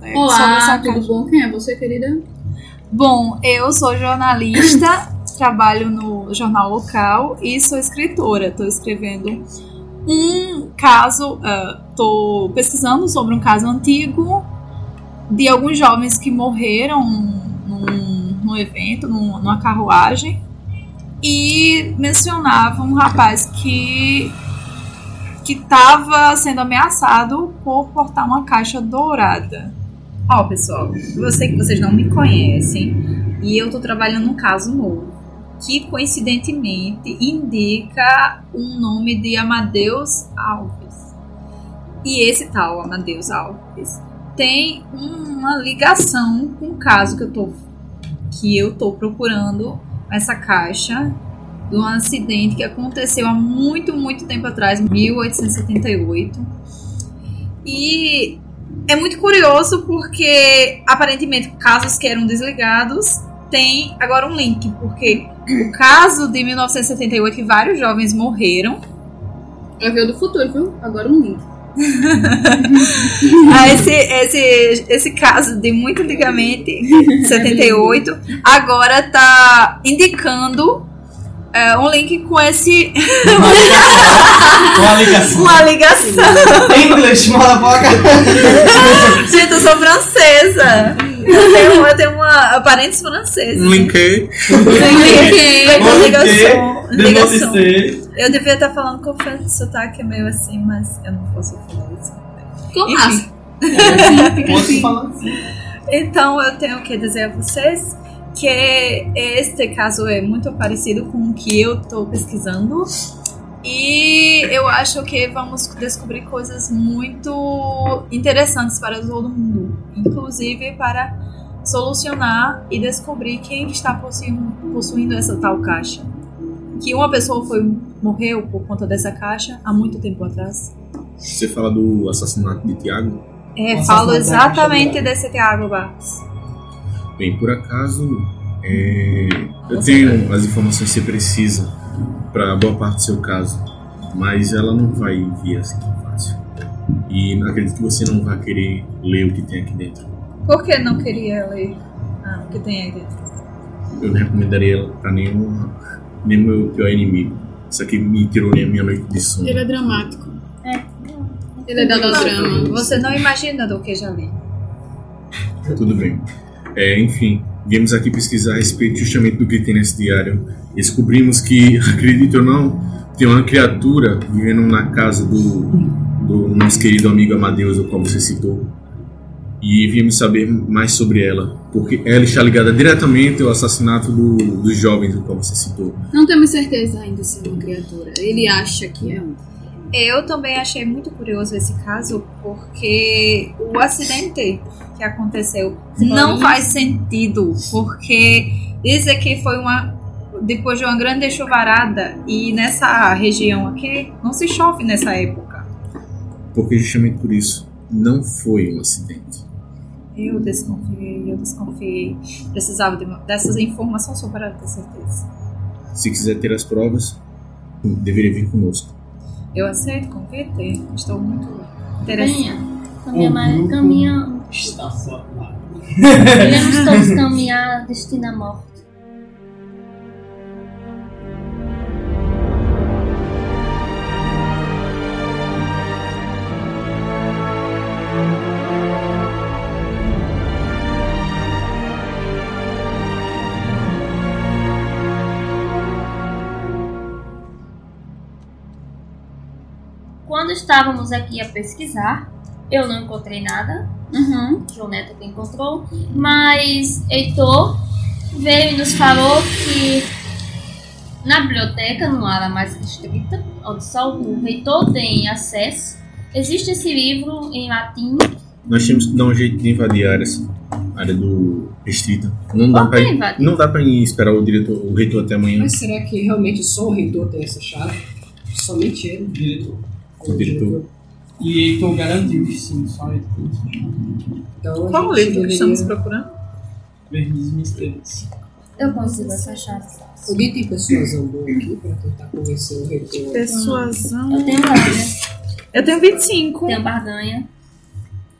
né? Olá, tudo bom? Quem é você, querida? Bom, eu sou jornalista, trabalho no jornal local e sou escritora. Estou escrevendo um caso, estou pesquisando sobre um caso antigo de alguns jovens que morreram num, num evento, num- numa carruagem, e mencionava um rapaz que que estava sendo ameaçado por portar uma caixa dourada. Ó, pessoal, você que vocês não me conhecem e eu tô trabalhando um caso novo que coincidentemente indica um nome de Amadeus Alves. E esse tal Amadeus Alves tem uma ligação com o caso que eu tô que eu tô procurando essa caixa de um acidente que aconteceu há muito, muito tempo atrás, 1878. E é muito curioso porque aparentemente casos que eram desligados tem agora um link, porque o caso de 1978 que vários jovens morreram, Já veio do futuro, viu? Agora um link. ah, esse, esse, esse caso de muito antigamente, 78, agora tá indicando é, um link com esse Uma ligação. uma ligação. English, motherfucker. Gente, eu sou francesa. Eu tenho, eu tenho uma parentes franceses. Linkei. Vai com Linkei. ligação. Ligação. Demonstrei. Eu devia estar falando com o sotaque meio assim, mas eu não posso falar isso. Como Enfim. assim? Posso falar assim? Então eu tenho que dizer a vocês que este caso é muito parecido com o que eu estou pesquisando. E eu acho que vamos descobrir coisas muito interessantes para todo mundo, inclusive para solucionar e descobrir quem está possuindo, possuindo essa tal caixa. Que uma pessoa foi morreu por conta dessa caixa há muito tempo atrás. Você fala do assassinato de Tiago? É, Nossa, falo saudade, exatamente saudade. desse Thiago Barros. Bem, por acaso, é, eu tenho as informações que você precisa para boa parte do seu caso, mas ela não vai vir assim tão fácil. E acredito que você não vai querer ler o que tem aqui dentro. Por que não queria ler ah, o que tem aí dentro? Eu não recomendaria ela para nenhum, nem meu pior inimigo. Isso aqui me tirou nem a minha noite de sono. Ele é dramático. É. Ele é dado ao drama. Você não imagina do que já li. Tudo bem. É, enfim, viemos aqui pesquisar a respeito justamente do que tem nesse diário. Descobrimos que, acredito ou não, tem uma criatura vivendo na casa do, do nosso querido amigo Amadeus, o qual você citou. E viemos saber mais sobre ela, porque ela está ligada diretamente ao assassinato do, dos jovens, o qual você citou. Não temos certeza ainda se é uma criatura. Ele acha que é um. Eu também achei muito curioso esse caso porque o acidente que aconteceu não faz sentido, porque dizem que foi uma depois de uma grande chuvarada e nessa região aqui não se chove nessa época. Porque justamente por isso, não foi um acidente. Eu desconfiei, eu desconfiei. Precisava de uma- dessas informações só para ter certeza. Se quiser ter as provas, deveria vir conosco. Eu aceito o convite, estou muito interessada. Caminha. Caminha, mas grupo- caminha. Está só lá. Iremos todos caminhar destino à morte. Quando estávamos aqui a pesquisar, eu não encontrei nada, Uhum. João Neto que encontrou, mas Heitor veio e nos falou que na biblioteca, numa área mais restrita, onde só o reitor tem acesso, existe esse livro em latim. Nós temos que dar um jeito de invadir a área, assim, a área do restrita. Não dá, pra, Ok, ir- Vati. não dá pra ir esperar o diretor, o reitor até amanhã. Mas será que realmente só o reitor tem essa chave? Somente ele, o diretor. O diretor. E Heitor garantiu que sim, só ele tem essa chave. Então, a Qual gente livro que deveria estamos procurando? ver nos mistérios. Eu consigo essa chave fácil. Alguém tem pessoas andando aqui para tentar convencer o reitor? Persuasão. Eu tenho várias, Eu tenho 25. um tenho barganha.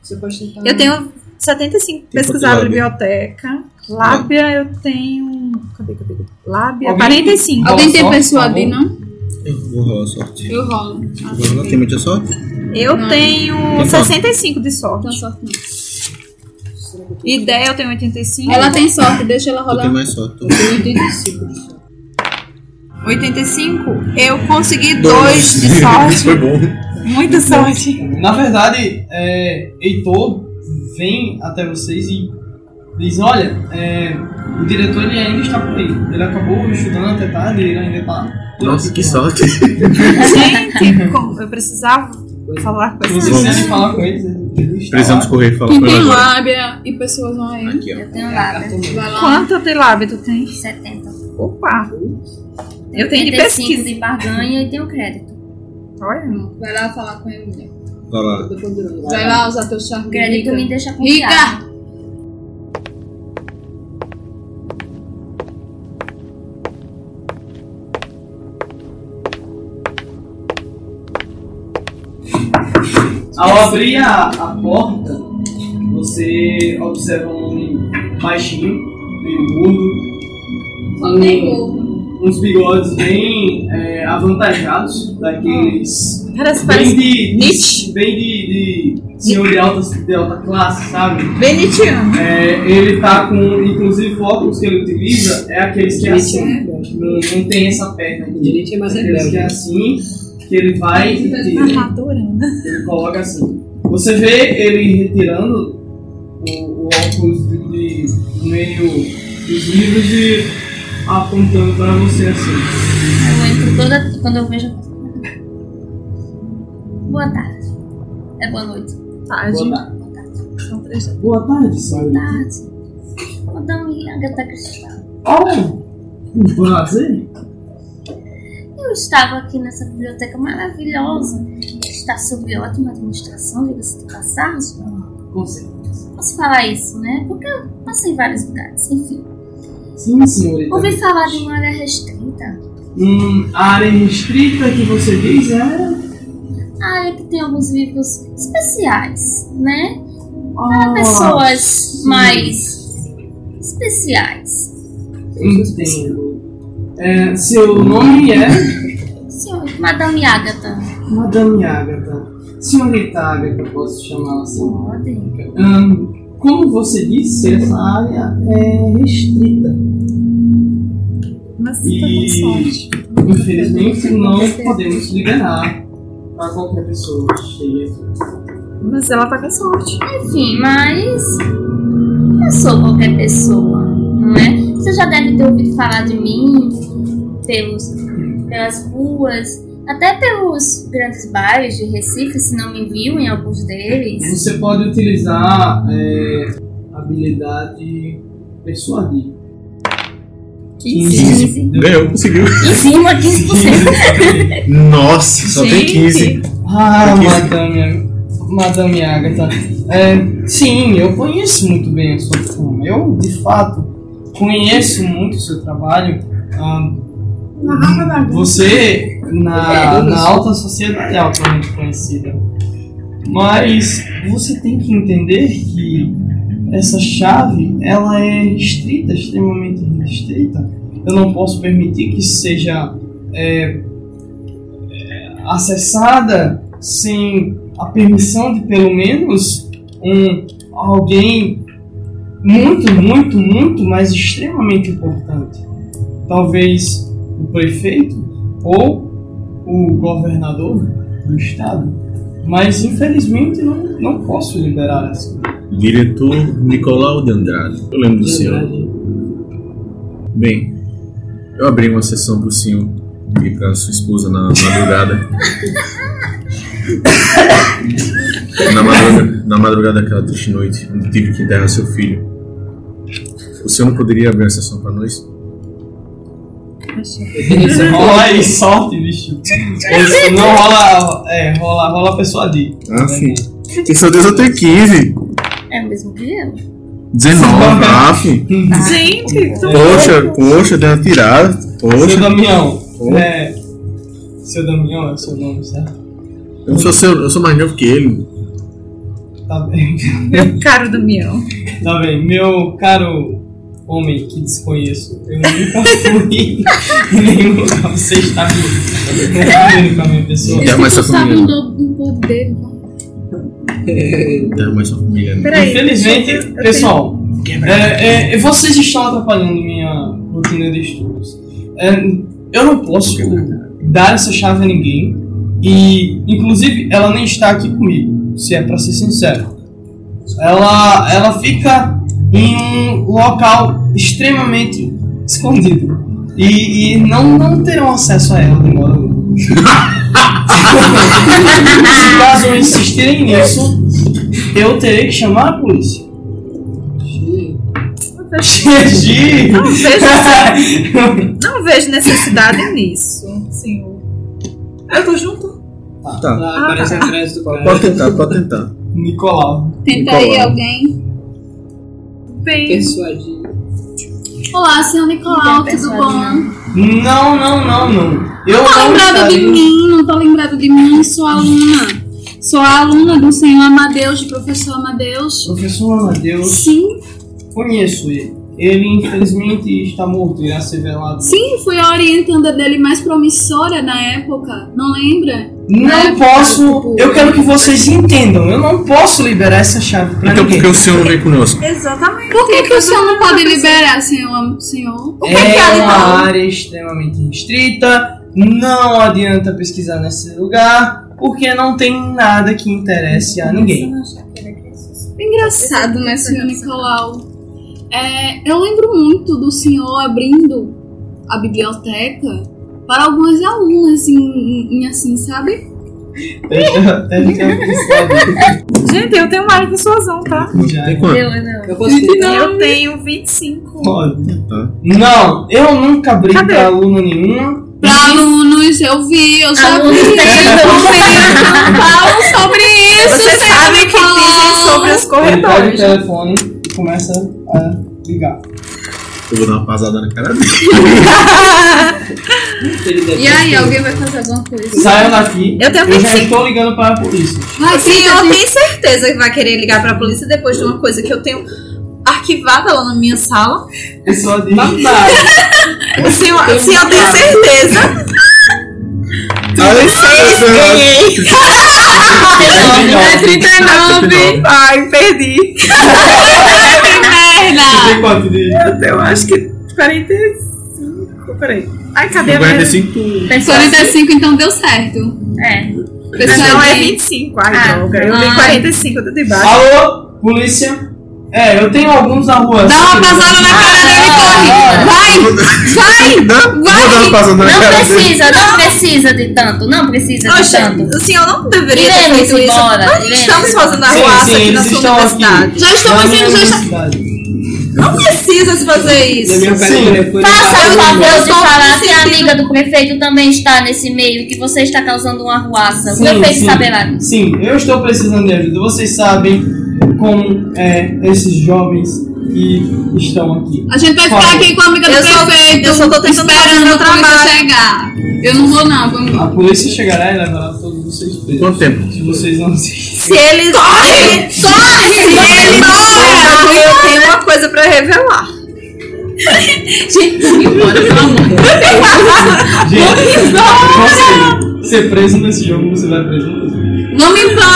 Você pode tentar. um Eu tenho 75 quanto pesquisar a lábia? biblioteca. Lábia eu tenho. Cadê, cadê? cadê? Lábia. Alguém- 45. Alguém- Alguém tem sorte, persuadir, tá não? Eu vou rolar a sorte. Eu rolo. Vamos lá, tem muita sorte? Eu Não. tenho Então, 65 de Então, sorte. sorte não. Ideia eu tenho 85. Ela tem sorte, deixa ela Eu tenho rolar. mais sorte. 85? Eu consegui dois de sorte. Foi bom. Muita um sorte. Na verdade, é, Heitor vem até vocês e diz, olha, é, o diretor ele ainda está por aí. Ele acabou estudando até tarde e ele ainda tá está... Nossa, que sorte. Gente, como- eu precisava falar com Se essa vocês Vamos. quiserem falar com eles, ele está Precisamos lá. correr e falar Quem com tem ela agora. lábia e pessoas vão aí. Aqui, ó. Eu tenho lábio. Vai lá. Quanto de lábia tu tem? 70. Opa! Eu tenho de 35 pesquisa. de barganha e tenho crédito. Olha. Vai lá falar com a Emília. Vai lá. Vai lá usar teu charme. O crédito me Rica. deixa confiada. Rica! Ao abrir a, a porta, você observa um homem baixinho, meio gordo, um uns bigodes bem é, avantajados, daqueles Parece, bem Hum, parece de, Nietzsche. bem de, de senhor de alta, de alta classe, sabe? bem nitiano. É, ele tá com, inclusive, o óculos que ele utiliza é aqueles que é assim, não, não tem essa perna aqui. Direito é mais Aqueles que é rebelde. assim, que ele vai e tira. Ah, adorando. Ele coloca assim. Você vê ele retirando o, o óculos de, de- do meio dos livros e apontando para você assim. Eu entro toda. Quando eu vejo. Boa tarde. É boa noite. Tarde. tarde. Boa tarde, senhor. Tarde. Vou dar um Agatha Cristal. Oh, um prazer. Eu estava aqui nessa biblioteca maravilhosa. que Está sob ótima administração, diga-se de passagem. Com certeza. Posso falar isso, né? Porque eu passei em vários lugares. Enfim. Sim, senhorita. Ouvi falar de uma área restrita. Hum, a área restrita que você diz é... A área Ah, é que tem alguns livros especiais, né? Ah, pessoas mais especiais. Entendo. É, seu nome é... Senhor, Madame Agatha. Madame Agatha. Senhorita Agatha, posso chamá-la assim? Ordem. Ahn, como você disse, essa área é restrita. Mas tu tá com sorte. E infelizmente não podemos liberar para qualquer pessoa que chegue aqui. Mas ela tá com sorte. Enfim, mas. Não sou qualquer pessoa, não é? Você já deve ter ouvido falar de mim pelos, pelas ruas, até pelos grandes bairros de Recife, se não me viu em alguns deles. Você pode utilizar é, a habilidade persuadir. 15. Ganhou, conseguiu. Em cima, 15%. Nossa, só tem Gente. 15. Ah, Aqui. madame, madame Agatha. É, sim, eu conheço muito bem a sua turma. Eu, de fato, conheço muito o seu trabalho. Ah, você, na, na alta sociedade, é altamente conhecida. Mas você tem que entender que essa chave, ela é restrita, extremamente restrita. Eu não posso permitir que seja... é, acessada sem a permissão de pelo menos um alguém muito, muito, muito, mas extremamente importante. Talvez o prefeito ou o governador do estado. Mas infelizmente não, não posso liberar essa. Diretor Nicolau de Andrade. Eu lembro do senhor. Bem, eu abri uma sessão pro senhor e pra sua esposa na madrugada. na, madrugada na madrugada daquela triste noite, onde tive que enterrar seu filho. O senhor não poderia abrir a sessão pra nós? é Rola aí, sorte, bicho. Esse Não rola. É, rola, rola persuadir. Ah, sim. Que seu Deus, eu tenho 15. É o mesmo que eu. 19, ah, fi. Tá. Gente, tu Poxa, poxa, deu uma tirada. Seu Poxa, Damião. Oh. É. Seu Damião é o seu nome, certo? eu sou, seu, eu sou mais novo que ele. Tá bem. Meu é caro Damião. Tá bem. Meu caro homem que desconheço, eu nunca fui em nenhum lugar. Você está me confundindo com a minha pessoa. Terra mais sua Sabe um família. novo um poder. Terra mais sua família. né? Peraí. Infelizmente, eu pessoal, é, é, vocês estão atrapalhando minha rotina de estudos. É, eu não posso dar essa chave a ninguém. E, inclusive, ela nem está aqui comigo, se é pra ser sincero. Ela, ela fica em um local extremamente escondido. E, e não, não terão acesso a ela de modo algum. se caso insistirem nisso, eu terei que chamar a polícia. Gigi! Não vejo, não vejo necessidade nisso, senhor. Eu tô junto? Tá, Ela aparece atrás do Tá. cara. pode tentar, pode tentar. Nicolau. Tenta Nicolau. aí alguém. Bem, Persuadir. Olá, senhor Nicolau, tudo bom? Não, não, não, não. Eu Tá não lembrado de estarei- mim, não tá lembrado de mim, sou aluna. Sou a aluna do senhor Amadeus, do professor Amadeus. Professor Amadeus, Sim, conheço ele. Ele infelizmente está morto, irá ser velado. sim, fui a orientanda dele mais promissora na época, não lembra? Não posso. Eu quero que vocês entendam. Eu não posso liberar essa chave pra Então por ninguém. que o senhor não vem conosco? exatamente. Por que, que o senhor não pode liberar, senhor? senhor? que é que é ela uma fala? área extremamente restrita. Não adianta pesquisar nesse lugar, porque não tem nada que interesse a ninguém. Engraçado, né, senhor Nicolau? É, eu lembro muito do senhor abrindo a biblioteca para algumas alunas, em, em- em assim, sabe? Gente, eu tenho mais que suazão, tá? Já Tem quanto? Eu, não. Eu posso tentar. Eu né? tenho 25. Pode. Tá. Não, eu nunca abri Cadê? pra aluno nenhum. Para Uhum. alunos, eu vi, eu já Alunos vi. tem, Eu falo sobre isso. Você sabe que tem sobre os Ele pega o corredores. telefone e começa a ligar. Eu vou dar uma pasada na cara dele. Ele E aí, alguém vai fazer alguma coisa? Saiam é daqui. Eu tenho Eu já 25. estou ligando para a polícia. Vai, O senhor gente. tem Assim, certeza que vai querer ligar pra polícia depois de uma coisa que eu tenho arquivada lá na minha sala? Assim, Pessoal de. O senhor, o senhor tem certeza? Ganhei! é Pessoal de- é 39! Ai, perdi! Perna. Tem quanto de. Eu acho que 45. Peraí. Ai, cadê a minha? 45 Pessoal, 45, então deu certo. é. Ah, Pessoal, não, é de- 25. Ai, Ah, droga. Eu dei ah. 45 do de baixo. Alô, polícia? É, eu tenho alguns na rua. assim, Dá uma passada na Ah, cara dele e corre. Não, Vai! vou dar uma pasada na Não cara dele. precisa, não precisa de tanto, não precisa de Poxa, tanto. o senhor não deveria ter Iremos feito isso. embora, Nós iremos estamos fazendo Sim, arruaça sim, aqui na sua eles estão aqui. é universidade. Vai. Já estamos indo, já estamos... Não precisa se fazer É isso. pega Sim. o telefone. Faça o favor assim, de só falar que a preciso- amiga do prefeito também está nesse meio, que você está causando uma arruaça. Sim, o prefeito sim. saberá disso. Sim, eu estou precisando de ajuda. Vocês sabem como é, esses jovens que estão aqui. A gente vai Fala. ficar aqui com a amiga do Eu só- prefeito. eu só tô tentando fazer esperando meu a polícia trabalho. chegar. Eu não vou não, vamos A polícia chegará e levará todos vocês presos. Quanto tempo? Se vocês não assistirem. Se ele. Corre! Se ele parar, eu tenho uma coisa pra revelar. Gente, você ser preso nesse jogo, você vai preso mesmo. Vamos embora,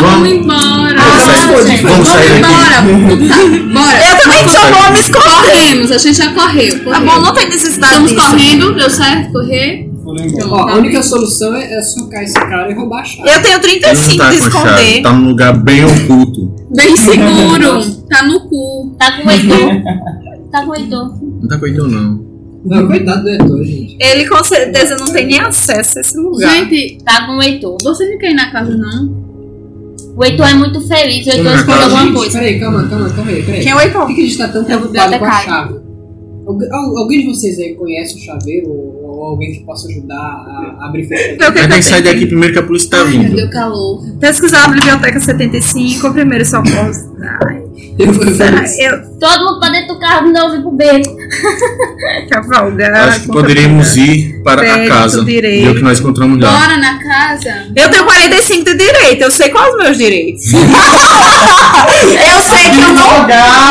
vamos Vamos. embora. Vamos sair, vamos sair daqui. Bora, puta, bora. Eu também sou Tá bom me esconder. Corremos, a gente já correu. Tá bom, Tá não tem necessidade Estamos disso. correndo, deu certo, correr. Foram embora. Ó, a única solução é, é socar esse cara e roubar a chave. Eu tenho Ele não 35 tá de com chave, esconder. tá num lugar bem oculto. Bem seguro, tá no cu. Tá com o Heitor. tá com o Heitor. Não tá com então não. Não, coitado do Heitor, gente. Ele com certeza não tem nem acesso a esse lugar. Gente, Tá com o Heitor. vocês não querem ir na casa não? O Heitor é muito feliz, o Heitor Não, escolheu cara, alguma Gente, coisa. Peraí, calma, calma, calma aí, peraí. Quem é o Por Heitor? que, que a gente tá tão preocupado com a bibliotecário. chave? Algu- al- alguém de vocês aí conhece o chaveiro ou, ou alguém que possa ajudar a abrir e fechar? Então, o que Mas que tem eu que sair tenho daqui primeiro que a polícia tá vindo. Deu calor. Pesquisar a biblioteca 75, primeiro socorro. Ai. Eu vou fazer isso. Eu Todo mundo pra dentro do carro não ouve pro beco. É cavalgar. Acho que poderíamos ir para a Perto casa. direito. E o que nós encontramos lá. Bora na casa. Eu tenho 45 de direito, eu sei quais os meus direitos. eu sei que eu não.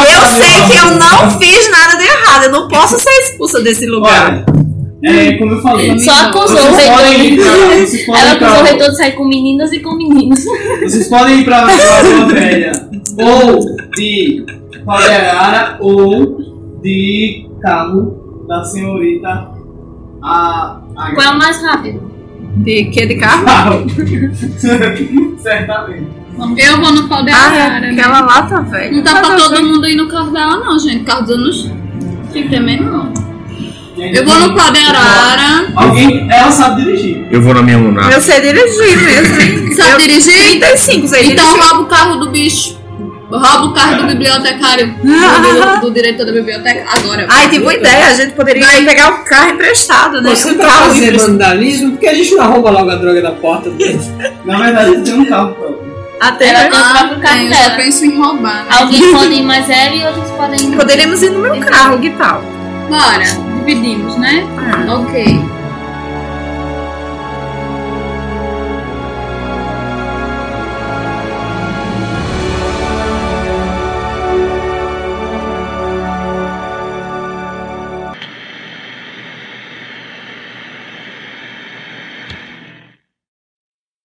Eu sei que eu não fiz nada de errado. Eu não posso ser expulsa desse lugar. Olha, é como eu falei. Só acusou o Vocês podem ir reitor. pra, vocês podem ir Ela acusou o pra, reitor de sair com meninas e com meninos. vocês podem ir pra Lagoa Velha ou de Palerara ou de carro da senhorita a, a Qual é o mais rápido? De que de carro? Uau. Certamente. Eu vou no pau da Ah, Arara, né? aquela lata, velho. Não dá pra todo mundo ir no carro dela, não, gente. Carro dos anos 30 menor. Eu vou Uhum. no pau da Uhum. Arara. Alguém. Ela sabe dirigir. Eu vou na minha lunar. Eu sei dirigir mesmo, hein? Sabe dirigir? 35, sei dirigir. Então rouba o carro do bicho. Rouba o carro do bibliotecário. Do, do diretor da biblioteca. Agora. Ah, Ai, tive uma ideia, a gente poderia ir pegar o carro emprestado, né? Você Um tá carro fazendo emprestado. vandalismo? Por que a gente não arromba logo a droga da porta? Na verdade, tem um carro próprio. Até Ela tem o Ah, próprio tem, carro eu só dela. penso em roubar, né? Alguém pode ir mais ela e outros podem ir. poderíamos ir no meu carro, que tal? Bora, dividimos, né? Ok.